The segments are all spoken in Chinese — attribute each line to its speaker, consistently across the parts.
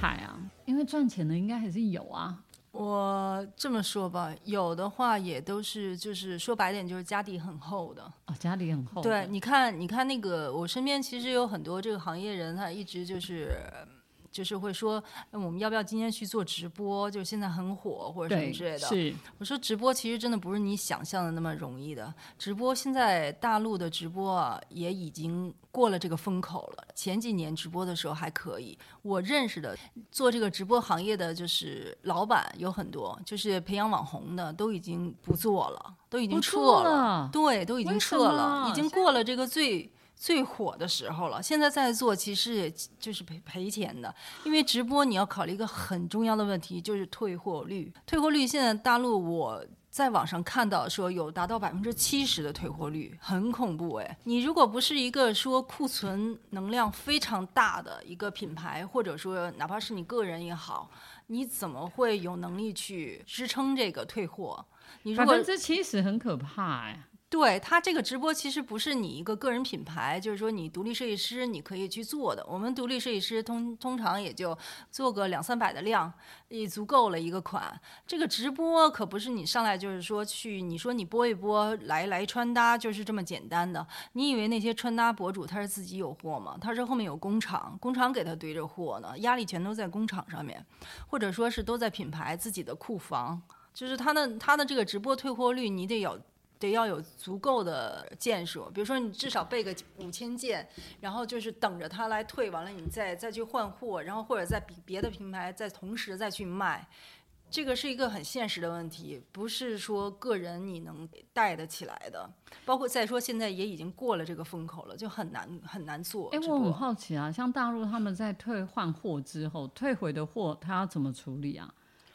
Speaker 1: 啊赚钱的应该还是有啊。
Speaker 2: 我这么说吧，有的话也都是，就是说白点，就是家底很厚的。
Speaker 1: 哦，家里很厚。
Speaker 2: 对，，你看，你看那个，我身边其实有很多这个行业人，他一直就是就是会说，嗯我们要不要今天去做直播？就是现在很火或者什么
Speaker 1: 对，
Speaker 2: 之类的。
Speaker 1: 是
Speaker 2: 我说直播其实真的不是你想象的那么容易的。直播现在大陆的直播啊，也已经过了这个风口了。前几年直播的时候还可以，我认识的做这个直播行业的就是老板有很多，就是培养网红的都已经不做了，都已经
Speaker 1: 不
Speaker 2: 撤
Speaker 1: 做了
Speaker 2: 对，都已经
Speaker 1: 为什
Speaker 2: 撤了，
Speaker 1: 么
Speaker 2: 已经过了这个最。最火的时候了，现在在做其实也就是赔赔钱的，因为直播你要考虑一个很重要的问题，就是退货率。退货率现在大陆我在网上看到说有达到百分之七十的退货率，很恐怖哎！你如果不是一个说库存能量非常大的一个品牌，或者说哪怕是你个人也好，你怎么会有能力去支撑这个退货？你如
Speaker 1: 百
Speaker 2: 果
Speaker 1: 分之七十很可怕哎、
Speaker 2: 对他这个直播其实不是你一个个人品牌，就是说你独立设计师你可以去做的。我们独立设计师通通常也就做个两三百的量，也足够了一个款。这个直播可不是你上来就是说去你说你播一播来来穿搭就是这么简单的。你以为那些穿搭博主他是自己有货吗？他是后面有工厂，工厂给他堆着货呢，压力全都在工厂上面，或者说是都在品牌自己的库房。就是他的他的这个直播退货率，你得有得要有足够的件数，比如说你至少备个五千件，然后就是等着它来退，完了你再再去换货，然后或者在比别的平台再同时再去卖，这个是一个很现实的问题，不是说个人你能带得起来的。包括再说现在也已经过了这个风口了，就很难很难做
Speaker 1: 哎、
Speaker 2: 直
Speaker 1: 我很
Speaker 2: 播。
Speaker 1: 好奇啊，像大陆他们在退换货之后，退回的货他要怎么处理啊？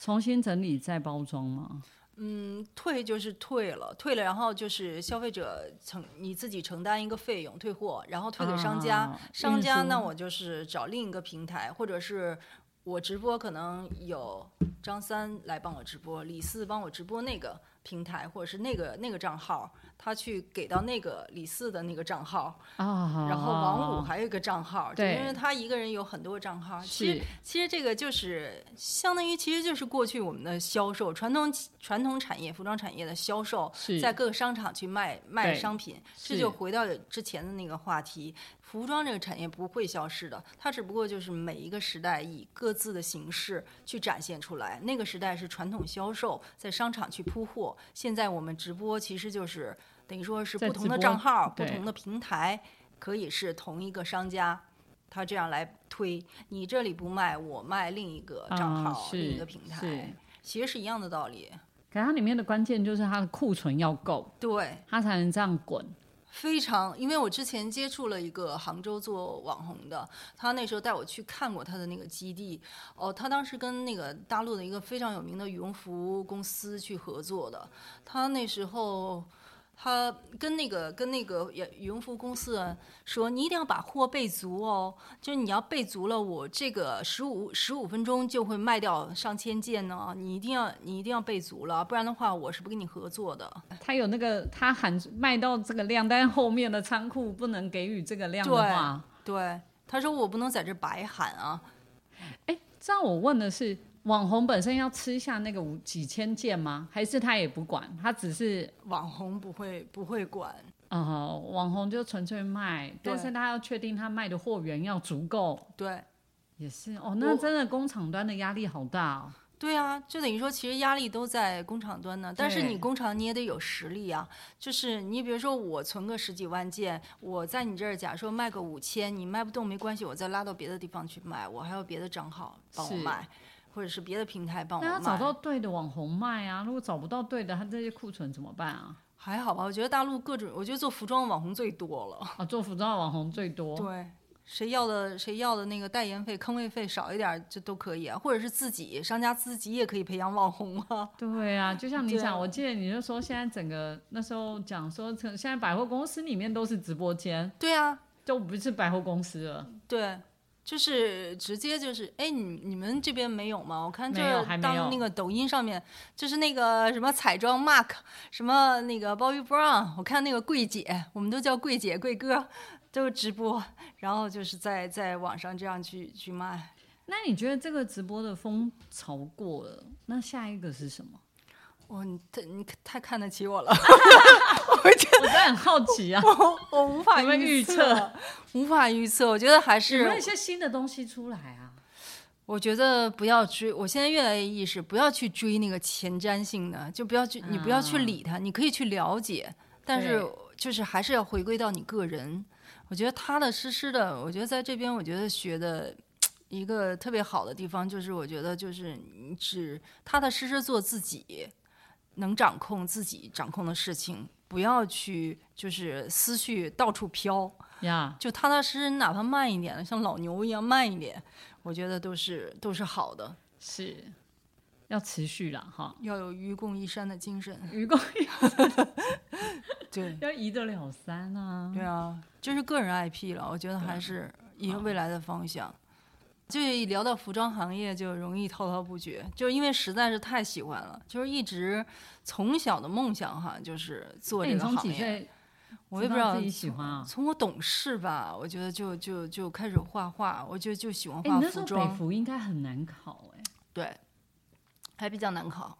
Speaker 1: 重新整理再包装吗？
Speaker 2: 嗯，退就是退了，退了，然后就是消费者承你自己承担一个费用退货，然后退给商家，
Speaker 1: 啊
Speaker 2: 商
Speaker 1: 运
Speaker 2: 家
Speaker 1: 输
Speaker 2: 那我就是找另一个平台，或者是我直播可能有张三来帮我直播，李四帮我直播那个平台或者是那个那个账号，他去给到那个李四的那个账号，
Speaker 1: 啊，
Speaker 2: 然后王五还有一个账号，就
Speaker 1: 对
Speaker 2: 因为他一个人有很多账号，其
Speaker 1: 是
Speaker 2: 实其实这个就是相当于，其实就是过去我们的销售，传统传统产业、服装产业的销售，
Speaker 1: 是
Speaker 2: 在各个商场去卖卖
Speaker 1: 嗯对
Speaker 2: 商品。这
Speaker 1: 是
Speaker 2: 就回到之前的那个话题，服装这个产业不会消失的，它只不过就是每一个时代以各自的形式去展现出来。那个时代是传统销售在商场去铺货，现在我们直播其实就是等于说是
Speaker 1: 在
Speaker 2: 不同的
Speaker 1: 直播
Speaker 2: 账号、不
Speaker 1: 对
Speaker 2: 同的平台，可以是同一个商家。他这样来推，你这里不卖，我卖另一个账号、
Speaker 1: 啊、是
Speaker 2: 另一个平
Speaker 1: 是
Speaker 2: 台，，其实是一样的道理。
Speaker 1: 可它里面的关键就是它的库存要够，
Speaker 2: 对，
Speaker 1: 它才能这样滚。
Speaker 2: 非常，因为我之前接触了一个杭州做网红的，他那时候带我去看过他的那个基地，哦，他当时跟那个大陆的一个非常有名的羽绒服公司去合作的，他那时候。他跟那个跟那个羽羽绒服公司啊说，你一定要把货备足哦，就是你要备足了，我这个十五十五分钟就会卖掉上千件呢、你一定要你一定要备足了，不然的话我是不跟你合作的。
Speaker 1: 它有那个，它喊卖到这个量，但是后面的仓库不能给予这个量的话，
Speaker 2: 对，他说我不能在这白喊啊，
Speaker 1: 哎，这样我问的是，网红本身要吃下那个五几千件吗？还是他也不管，他只是
Speaker 2: 网红不会不会管，
Speaker 1: 呃网红就纯粹卖，
Speaker 2: 对
Speaker 1: 但是他要确定他卖的货源要足够，
Speaker 2: 对
Speaker 1: 也是哦，那
Speaker 2: 我
Speaker 1: 真的工厂端的压力好大哦。
Speaker 2: 对啊，就等于说其实压力都在工厂端呢，但是你
Speaker 1: 对
Speaker 2: 工厂你也得有实力啊，就是你比如说我存个十几万件，我在你这儿假说卖个五千，你卖不动没关系，我再拉到别的地方去卖，我还有别的账号帮我
Speaker 1: 是
Speaker 2: 卖，或者是别的平台帮我
Speaker 1: 那
Speaker 2: 卖。
Speaker 1: 要找到对的网红卖啊，如果找不到对的，他这些库存怎么办啊？
Speaker 2: 还好吧，我觉得大陆各种，我觉得做服装网红最多了。
Speaker 1: 啊，做服装的网红最多。
Speaker 2: 对，谁要的谁要的那个代言费、坑位费少一点儿，这都可以啊，或者是自己商家自己也可以培养网红啊。
Speaker 1: 对啊，就像你
Speaker 2: 对啊
Speaker 1: 讲，我记得你就说现在整个那时候讲说，现在百货公司里面都是直播间，
Speaker 2: 对啊，
Speaker 1: 都不是百货公司了。
Speaker 2: 对，就是直接就是，哎，你你们这边没有吗？我看这
Speaker 1: 没有还没
Speaker 2: 当
Speaker 1: 有
Speaker 2: 那个抖音上面，就是那个什么彩妆 Mark，什么那个 Bobbi Brown，我看那个柜姐，我们都叫柜姐、柜哥，都直播，然后就是在在网上这样去去卖。
Speaker 1: 那你觉得这个直播的风潮过了，那下一个是什么？
Speaker 2: 我你太你太看得起我了，
Speaker 1: 我真的很好奇啊，
Speaker 2: 我我无法
Speaker 1: 有没有
Speaker 2: 预
Speaker 1: 预测，
Speaker 2: 无法预测。我觉得还
Speaker 1: 有没有一
Speaker 2: 哦是，哦
Speaker 1: 些新的东西出来啊？
Speaker 2: 我觉得不要追。我现在越来越意识，不要去追那个前瞻性的，就不要去，你不要去
Speaker 1: 啊
Speaker 2: 理它。你可以去了解，但是
Speaker 1: 对
Speaker 2: 就是还是要回归到你个人。我觉得踏踏实实的，我觉得在这边，我觉得学的一个特别好的地方就是，我觉得就是你只踏踏实实做自己，能掌控自己掌控的事情，不要去就是思绪到处飘。
Speaker 1: 呀、
Speaker 2: 就踏踏实实，哪怕慢一点，像老牛一样慢一点，我觉得都是都是好的，
Speaker 1: 是要持续啦，哈，
Speaker 2: 要有愚公移山的精 神。
Speaker 1: 愚公，
Speaker 2: 对
Speaker 1: 要移得了山啊。
Speaker 2: 对啊，这是个人 IP 了，我觉得还是一个未来的方向。就一聊到服装行业，就容易滔滔不绝，就是因为实在是太喜欢了，就是一直从小的梦想哈，就是做
Speaker 1: 那哎
Speaker 2: 这
Speaker 1: 你
Speaker 2: 个
Speaker 1: 从
Speaker 2: 行
Speaker 1: 几
Speaker 2: 业。
Speaker 1: 岁
Speaker 2: 我也不知道
Speaker 1: 自己喜欢啊？
Speaker 2: 从我懂事吧，我觉得就就就开始画画，我就就喜欢
Speaker 1: 哎、
Speaker 2: 画
Speaker 1: 你那时
Speaker 2: 服
Speaker 1: 候
Speaker 2: 装。
Speaker 1: 北服应该很难考哎、
Speaker 2: 对，还比较难考。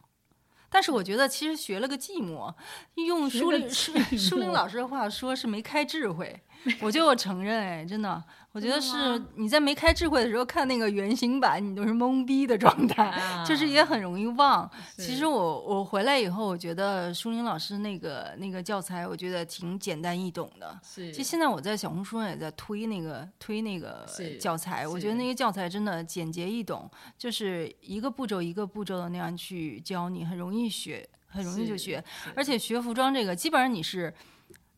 Speaker 2: 但是我觉得，其实学了个寂寞，用
Speaker 1: 学
Speaker 2: 舒
Speaker 1: 个
Speaker 2: 林舒
Speaker 1: 寂
Speaker 2: 舒林
Speaker 1: 寞
Speaker 2: 老师的话说是没开智慧，我就承认，哎，真的，我觉
Speaker 1: 真
Speaker 2: 得
Speaker 1: 的
Speaker 2: 是你在没开智慧的时候看那个原型版，你都是懵逼的状态，
Speaker 1: 啊
Speaker 2: 哎就是也很容易忘。其
Speaker 1: 是
Speaker 2: 实我我回来以后，我觉得舒林老师那个那个教材，我觉得挺简单易懂的，
Speaker 1: 是
Speaker 2: 其实现在我在小红书上也在推那个推那个
Speaker 1: 是
Speaker 2: 教材，我觉得
Speaker 1: 是
Speaker 2: 那个教材真的简洁易懂，就是一个步骤一个步骤的那样去教你，很容易学，很容易就是学。
Speaker 1: 是
Speaker 2: 而且学服装这个，基本上你是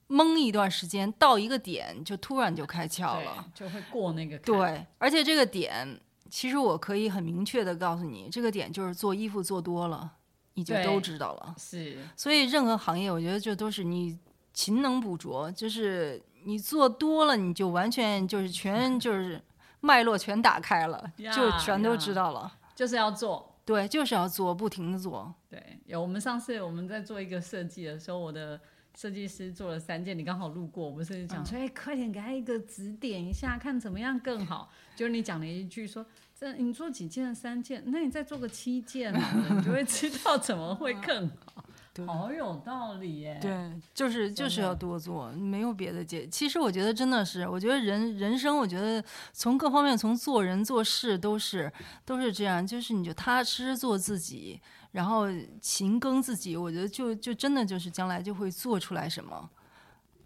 Speaker 2: 懵一段时间，到一个点就突然就开窍
Speaker 1: 对
Speaker 2: 了。
Speaker 1: 就会过那个坎，
Speaker 2: 对，而且这个点，其实我可以很明确的告诉你，这个点就是做衣服做多了，你就都
Speaker 1: 对
Speaker 2: 知道了。
Speaker 1: 是
Speaker 2: 所以任何行业，我觉得这都是你勤能补拙，就是你做多了，你就完全就是全就是脉络全打开了，
Speaker 1: 嗯
Speaker 2: 就
Speaker 1: 呀
Speaker 2: 全都
Speaker 1: 呀
Speaker 2: 知道了。
Speaker 1: 就是要做。
Speaker 2: 对，就是要做，不停的做。
Speaker 1: 对，有我们上次我们在做一个设计的时候，我的设计师做了三件，你刚好路过，我们甚至
Speaker 2: 嗯
Speaker 1: 讲说，哎、快点给他一个指点一下，看怎么样更好。就是你讲了一句说，这你做几件三件，那你再做个七件好了，你就会知道怎么会更好。
Speaker 2: 对
Speaker 1: 好有道理耶！
Speaker 2: 对，就是就是要
Speaker 1: 哎的
Speaker 2: 多做，没有别的解。其实我觉得真的是，我觉得人人生，我觉得从各方面，从做人做事都是都是这样，就是你就踏踏实实做自己，然后勤耕自己，我觉得就就真的就是将来就会做出来什么。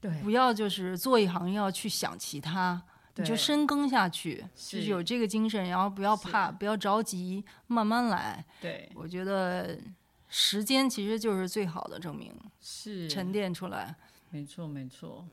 Speaker 1: 对
Speaker 2: 不要就是做一行要去想其他，你
Speaker 1: 对，
Speaker 2: 就深耕下去，就是
Speaker 1: 是
Speaker 2: 有这个精神，然后不要怕，不要着急，慢慢来。
Speaker 1: 对
Speaker 2: 我觉得时间其实就是最好的证明，
Speaker 1: 是
Speaker 2: 沉淀出来。
Speaker 1: 没错，没错。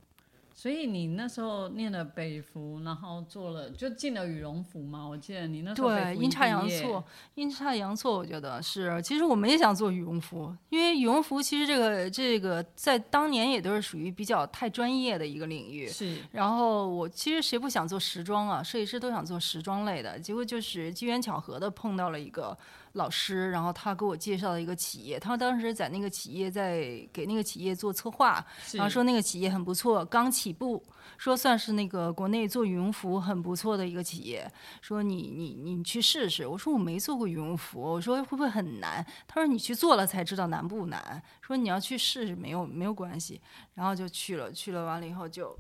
Speaker 1: 所以你那时候念了北服，然后做了就进了羽绒服嘛？我记得你那时候北
Speaker 2: 对，
Speaker 1: 服
Speaker 2: 阴
Speaker 1: 一
Speaker 2: 差
Speaker 1: 毕
Speaker 2: 阳
Speaker 1: 业
Speaker 2: 错，，阴差阳错，我觉得是。其实我们也想做羽绒服，因为羽绒服其实这个这个在当年也都是属于比较太专业的一个领域。
Speaker 1: 是
Speaker 2: 然后我其实谁不想做时装啊？设计师都想做时装类的。结果就是机缘巧合的碰到了一个老师，然后他给我介绍了一个企业，他当时在那个企业在给那个企业做策划，
Speaker 1: 是
Speaker 2: 然啊后说那个企业很不错，刚起步，说算是那个国内做羽绒服很不错的一个企业，说你你你去试试。我说我没做过羽绒服，我说会不会很难？他说你去做了才知道难不难。说你要去试试没有没有关系，然后就去了，去了完了以后就。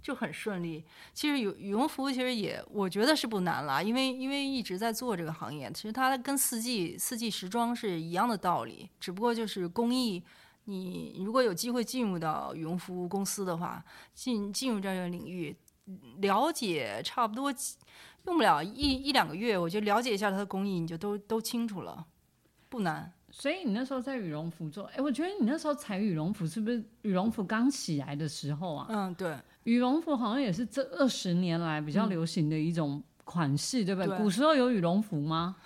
Speaker 2: 就很顺利。其实羽羽绒服其实也，我觉得是不难啦，因为因为一直在做这个行业，其实它跟四季四季时装是一样的道理，只不过就是工艺你如果有机会进入到羽绒服务公司的话，进进入这个领域，了解差不多几用不了一一两个月，我就了解一下它的工艺，你就都都清楚了，不难。
Speaker 1: 所以你那时候在羽绒服做，哎、我觉得你那时候裁羽绒服是不是羽绒服刚起来的时候啊？
Speaker 2: 嗯，对，
Speaker 1: 羽绒服好像也是这二十年来比较流行的一种款式，对不对？
Speaker 2: 嗯对
Speaker 1: 古时候有羽绒服吗？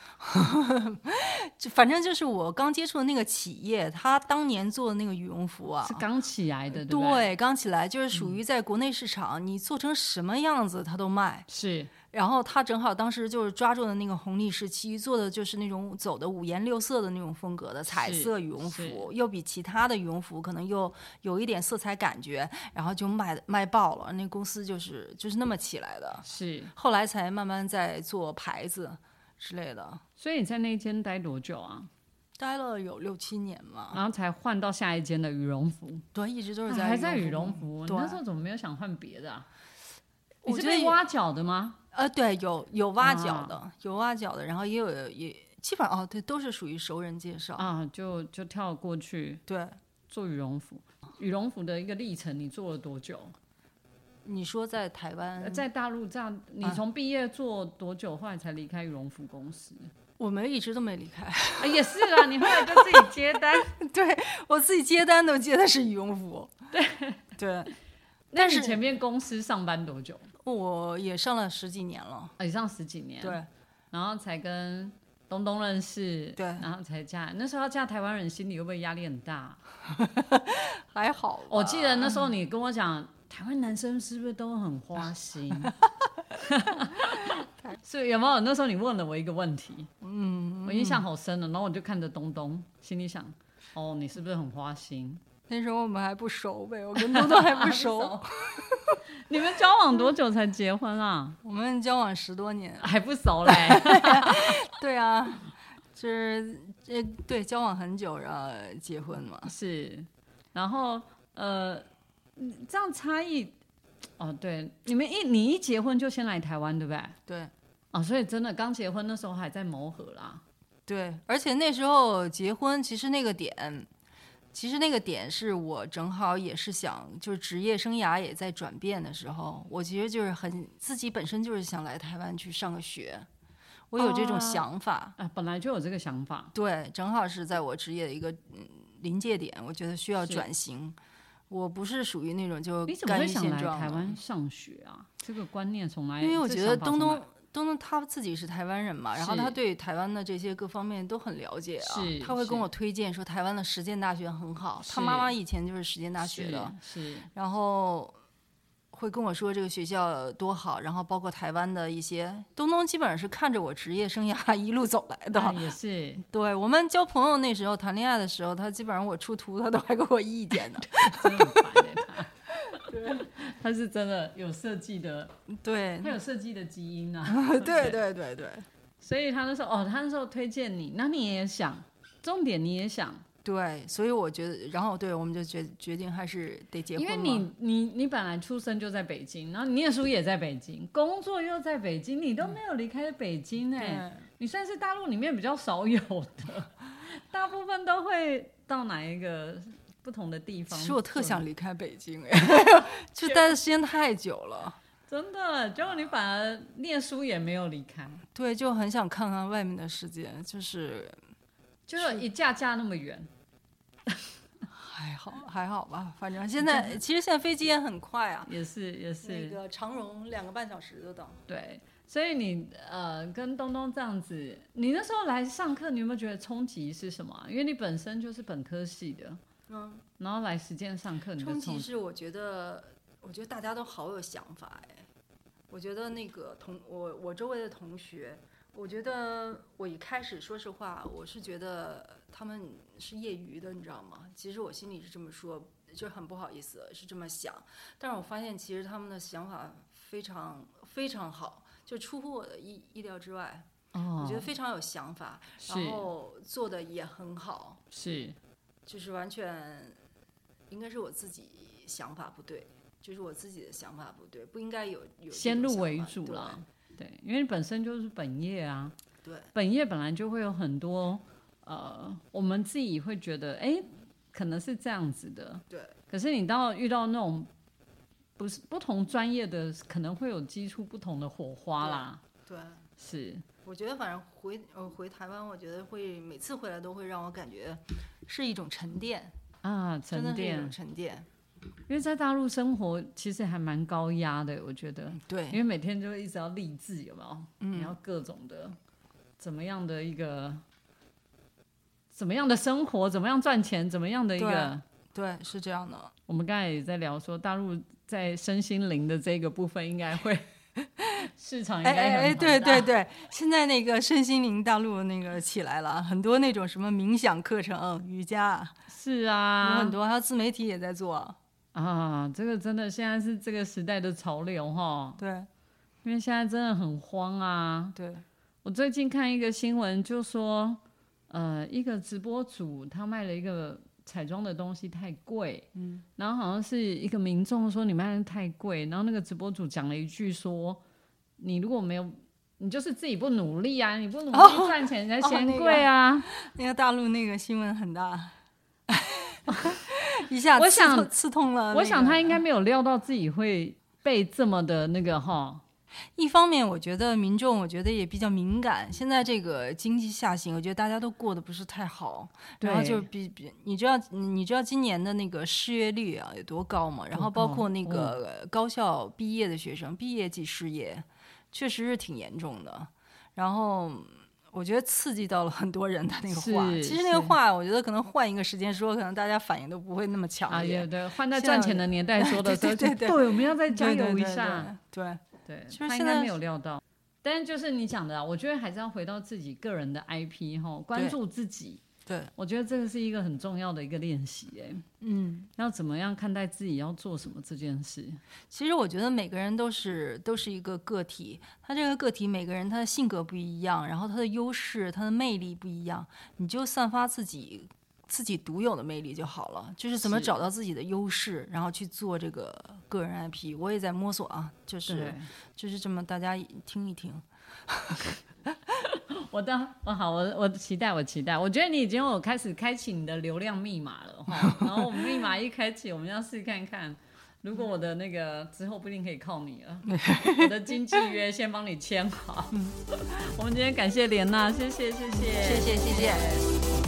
Speaker 2: 就反正就是我刚接触的那个企业，他当年做的那个羽绒服啊
Speaker 1: 是，刚起来的，对不对？嗯
Speaker 2: 对，刚起来就是属于在国内市场，你做成什么样子它都卖。
Speaker 1: 是
Speaker 2: 然后他正好当时就是抓住了那个红利时期，做的就是那种走的五颜六色的那种风格的彩
Speaker 1: 是
Speaker 2: 色羽绒服，又比其他的羽绒服可能又有一点色彩感觉，然后就卖卖爆了。那公司就是就是那么起来的，
Speaker 1: 是
Speaker 2: 后来才慢慢慢在做牌子之类的，
Speaker 1: 所以你在那间待多久啊？
Speaker 2: 待了有六七年嘛，
Speaker 1: 然后才换到下一间的羽绒服，
Speaker 2: 对，一直都
Speaker 1: 啊
Speaker 2: 是在
Speaker 1: 还在
Speaker 2: 羽
Speaker 1: 羽绒
Speaker 2: 绒
Speaker 1: 服。你
Speaker 2: 对
Speaker 1: 那时候怎么没有想换别的啊？
Speaker 2: 我
Speaker 1: 你是
Speaker 2: 觉得
Speaker 1: 被
Speaker 2: 也
Speaker 1: 挖角的吗？
Speaker 2: 呃，对，有有挖角
Speaker 1: 啊
Speaker 2: 的，有挖角的，然后也有也基本上哦，对，都是属于熟人介绍，
Speaker 1: 啊，就就跳过去
Speaker 2: 对。
Speaker 1: 做羽绒服。羽绒服的一个历程，你做了多久？
Speaker 2: 你说在台
Speaker 1: 呃
Speaker 2: 湾，
Speaker 1: 在大陆这样，你
Speaker 2: 嗯啊
Speaker 1: 从毕业做多久，后来才离开羽绒服公司？
Speaker 2: 我们一直都没离开，
Speaker 1: 啊，也是啦，你后来就自己接单。
Speaker 2: 对我自己接单都接的是羽绒服， 对对，
Speaker 1: 那你
Speaker 2: 是
Speaker 1: 前面公司上班多久？
Speaker 2: 我也上了十几年了，
Speaker 1: 啊，以上十几年。。
Speaker 2: 对
Speaker 1: 然后才跟东东认识，
Speaker 2: 对
Speaker 1: 然后才嫁。那时候要嫁台湾人，心里会不会压力很大？
Speaker 2: 还好吧，
Speaker 1: 我记得那时候你跟我讲，台湾男生是不是都很花 心？是有没有？那时候你问了我一个问题，嗯，我印象好深了。然后我就看着东东，心里想，哦，你是不是很花心？
Speaker 2: 那时候我们还不熟呗，我跟东东 还不熟，
Speaker 1: 你们交往多久才结婚啊？
Speaker 2: 我们交往十多年，
Speaker 1: 还不熟嘞。
Speaker 2: 对啊，就是这对交往很久，然后结婚嘛，
Speaker 1: 是，然后呃，嗯这样差异，哦，对，你们一你一结婚就先来台湾，对不对？
Speaker 2: 对
Speaker 1: 哦，所以真的刚结婚那时候还在磨合啦。
Speaker 2: 对，而且那时候结婚，其实那个点。其实那个点是我正好也是想，就是职业生涯也在转变的时候，我其实就是很自己本身就是想来台湾去上个学，我有这
Speaker 1: 哦
Speaker 2: 种想法，
Speaker 1: 啊，本来就有这个想法，
Speaker 2: 对，正好是在我职业的一个嗯临界点，我觉得需要
Speaker 1: 是
Speaker 2: 转型。我不是属于那种就
Speaker 1: 你怎么
Speaker 2: 甘于
Speaker 1: 会想
Speaker 2: 现
Speaker 1: 来
Speaker 2: 状
Speaker 1: 台
Speaker 2: 的
Speaker 1: 湾上学啊？这个观念从来，
Speaker 2: 因为我
Speaker 1: 这
Speaker 2: 觉得
Speaker 1: 想法
Speaker 2: 东
Speaker 1: 从来
Speaker 2: 东东东他自己是台湾人嘛，然后他
Speaker 1: 是
Speaker 2: 对台湾的这些各方面都很了解啊
Speaker 1: 是，
Speaker 2: 他会跟
Speaker 1: 是
Speaker 2: 我推荐说台湾的实践大学很好，他
Speaker 1: 是
Speaker 2: 妈妈以前就是实践大学的，
Speaker 1: 是是
Speaker 2: 然后。会跟我说这个学校多好，然后包括台湾的一些东东，基本上是看着我职业生涯 一路走来的。
Speaker 1: 啊也 是，
Speaker 2: 对我们交朋友那时候谈恋爱的时候，他基本上我出图他都还给我意 见呢。
Speaker 1: 真的很烦欸他 他是真的有设计的，
Speaker 2: 对
Speaker 1: 他有设计的基因啊。
Speaker 2: 对对对对
Speaker 1: 所以他那时候哦，他那时候推荐你，那你也想，重点你也想，
Speaker 2: 对，所以我觉得，然后对我们就决决定还是得结婚
Speaker 1: 因为
Speaker 2: 嘛。
Speaker 1: 你你你本来出生就在北京，然后你念书也在北京，工作又在北京，你都没有离开北京哎、
Speaker 2: 对
Speaker 1: 你算是大陆里面比较少有的， 大部分都会到哪一个不同的地方。
Speaker 2: 其实我特想
Speaker 1: 离，
Speaker 2: 离开北 京，哎，就待的时间太久了。
Speaker 1: 真的，结果你反而念书也没有离开，
Speaker 2: 对，就很想看看外面的世界，就是
Speaker 1: 就是一架架那么远。
Speaker 2: 还好还好吧，反正现在其实现在飞机也很快啊，
Speaker 1: 也是也是，
Speaker 2: 那个长荣两个半小时就到。
Speaker 1: 对，所以你呃跟东东这样子，你那时候来上课，你有没有觉得冲击是什么啊、因为你本身就是本科系的，
Speaker 2: 嗯，
Speaker 1: 然后来实践上课，你的
Speaker 2: 冲
Speaker 1: 冲
Speaker 2: 击是我觉得，我觉得大家都好有想法哎。我觉得那个同我我周围的同学，我觉得我一开始说实话，我是觉得他们是业余的，你知道吗？其实我心里是这么说，就是很不好意思，是这么想。但是我发现其实他们的想法非常非常好，就出乎我的意意料之外。我
Speaker 1: 哦
Speaker 2: 觉，得非常有想法，
Speaker 1: 是
Speaker 2: 然后做的也很好。
Speaker 1: 是
Speaker 2: 就是完全应该是我自己想法不对，就是我自己的想法不对，不应该有有这种
Speaker 1: 先入
Speaker 2: 想
Speaker 1: 为
Speaker 2: 法
Speaker 1: 主啦。对，因为你本身就是本业啊，
Speaker 2: 对对
Speaker 1: 本业本来就会有很多呃，我们自己会觉得哎、诶可能是这样子的，
Speaker 2: 对
Speaker 1: 可是你到遇到那种。不是不同专业的，可能会有激出不同的火花啦。
Speaker 2: 对，
Speaker 1: 是，
Speaker 2: 我觉得反正回呃回台湾，我觉得会每次回来都会让我感觉是一种沉淀，
Speaker 1: 啊，
Speaker 2: 真
Speaker 1: 沉
Speaker 2: 的是一
Speaker 1: 淀
Speaker 2: 种，沉淀。
Speaker 1: 因为在大陆生活其实还蛮高压的，我觉得，因
Speaker 2: 对
Speaker 1: 为每天就一直要励志，有没有？嗯，你要各种的，怎么样的一个，怎么样的生活，怎么样赚钱，怎么样的一个
Speaker 2: 对。对，是这样的。
Speaker 1: 我们刚才也在聊说，大陆在身心灵的这个部分应该会市场应
Speaker 2: 哎
Speaker 1: 该
Speaker 2: 哎
Speaker 1: 很
Speaker 2: 哎，
Speaker 1: 庞
Speaker 2: 对
Speaker 1: 大
Speaker 2: 对对，现在那个身心灵大陆那个起来了，很多那种什么冥想课程、瑜伽，
Speaker 1: 是
Speaker 2: 有
Speaker 1: 啊，
Speaker 2: 很多，还有自媒体也在做。
Speaker 1: 啊，这个真的现在是这个时代的潮流哈。
Speaker 2: 对，
Speaker 1: 因为现在真的很慌啊。
Speaker 2: 对，
Speaker 1: 我最近看一个新闻，就说，呃，一个直播主他卖了一个彩妆的东西太贵，嗯，然后好像是一个民众说你卖的太贵，然后那个直播主讲了一句说，你如果没有，你就是自己不努力啊，你不努力
Speaker 2: 哦
Speaker 1: 赚钱，人家
Speaker 2: 哦那
Speaker 1: 嫌
Speaker 2: 个
Speaker 1: 贵啊。
Speaker 2: 那个大陆那个新闻很大， 一下
Speaker 1: 我
Speaker 2: 刺痛
Speaker 1: 想
Speaker 2: 刺痛了那个、嗯
Speaker 1: 我想他应该没有料到自己会被这么的那个哈，
Speaker 2: 一方面，我觉得民众，我觉得也比较敏感。现在这个经济下行，我觉得大家都过得不是太好。然后
Speaker 1: 对
Speaker 2: 就比比，你知道，你你知道今年的那个失业率啊有多高吗？然后包括
Speaker 1: 嗯
Speaker 2: 那个高校毕业的学生，毕业即失业，确实是挺严重的。然后。我觉得刺激到了很多人的那个话，
Speaker 1: 是
Speaker 2: 其实那个
Speaker 1: 是
Speaker 2: 话，我觉得可能换一个时间说，可能大家反应都不会那么强
Speaker 1: 啊
Speaker 2: 烈。
Speaker 1: 也对，换在
Speaker 2: 现在
Speaker 1: 赚钱的年代说的时候，
Speaker 2: 对对
Speaker 1: 就
Speaker 2: 对对
Speaker 1: 对，我们要再加
Speaker 2: 对对
Speaker 1: 油一
Speaker 2: 对
Speaker 1: 下，
Speaker 2: 对对
Speaker 1: 对
Speaker 2: 其，实
Speaker 1: 他应
Speaker 2: 现在
Speaker 1: 该没有料到。但是就是你讲的啊，我觉得还是要回到自己个人的 IP 哈，关注自己，
Speaker 2: 对，
Speaker 1: 我觉得这个是一个很重要的一个练习哎，
Speaker 2: 嗯。
Speaker 1: 要怎么样看待自己要做什么这件事，
Speaker 2: 其实我觉得每个人都是都是一个个体，他这个个体每个人他的性格不一样，然后他的优势、他的魅力不一样，你就散发自己自己独有的魅力就好了。就是怎么
Speaker 1: 是
Speaker 2: 找到自己的优势，然后去做这个个人 IP。我也在摸索啊，就是
Speaker 1: 对。
Speaker 2: 就是这么大家听一听。
Speaker 1: 我的我好，我我期待，我期待。我觉得你已经有开始开启你的流量密码了 哈。然后我们密码一开启，我们要试看看。如果我的那个之后不一定可以靠你 了，我的经纪约先帮 你签好。我们今天感谢莲娜，谢谢谢谢
Speaker 2: 谢谢谢谢。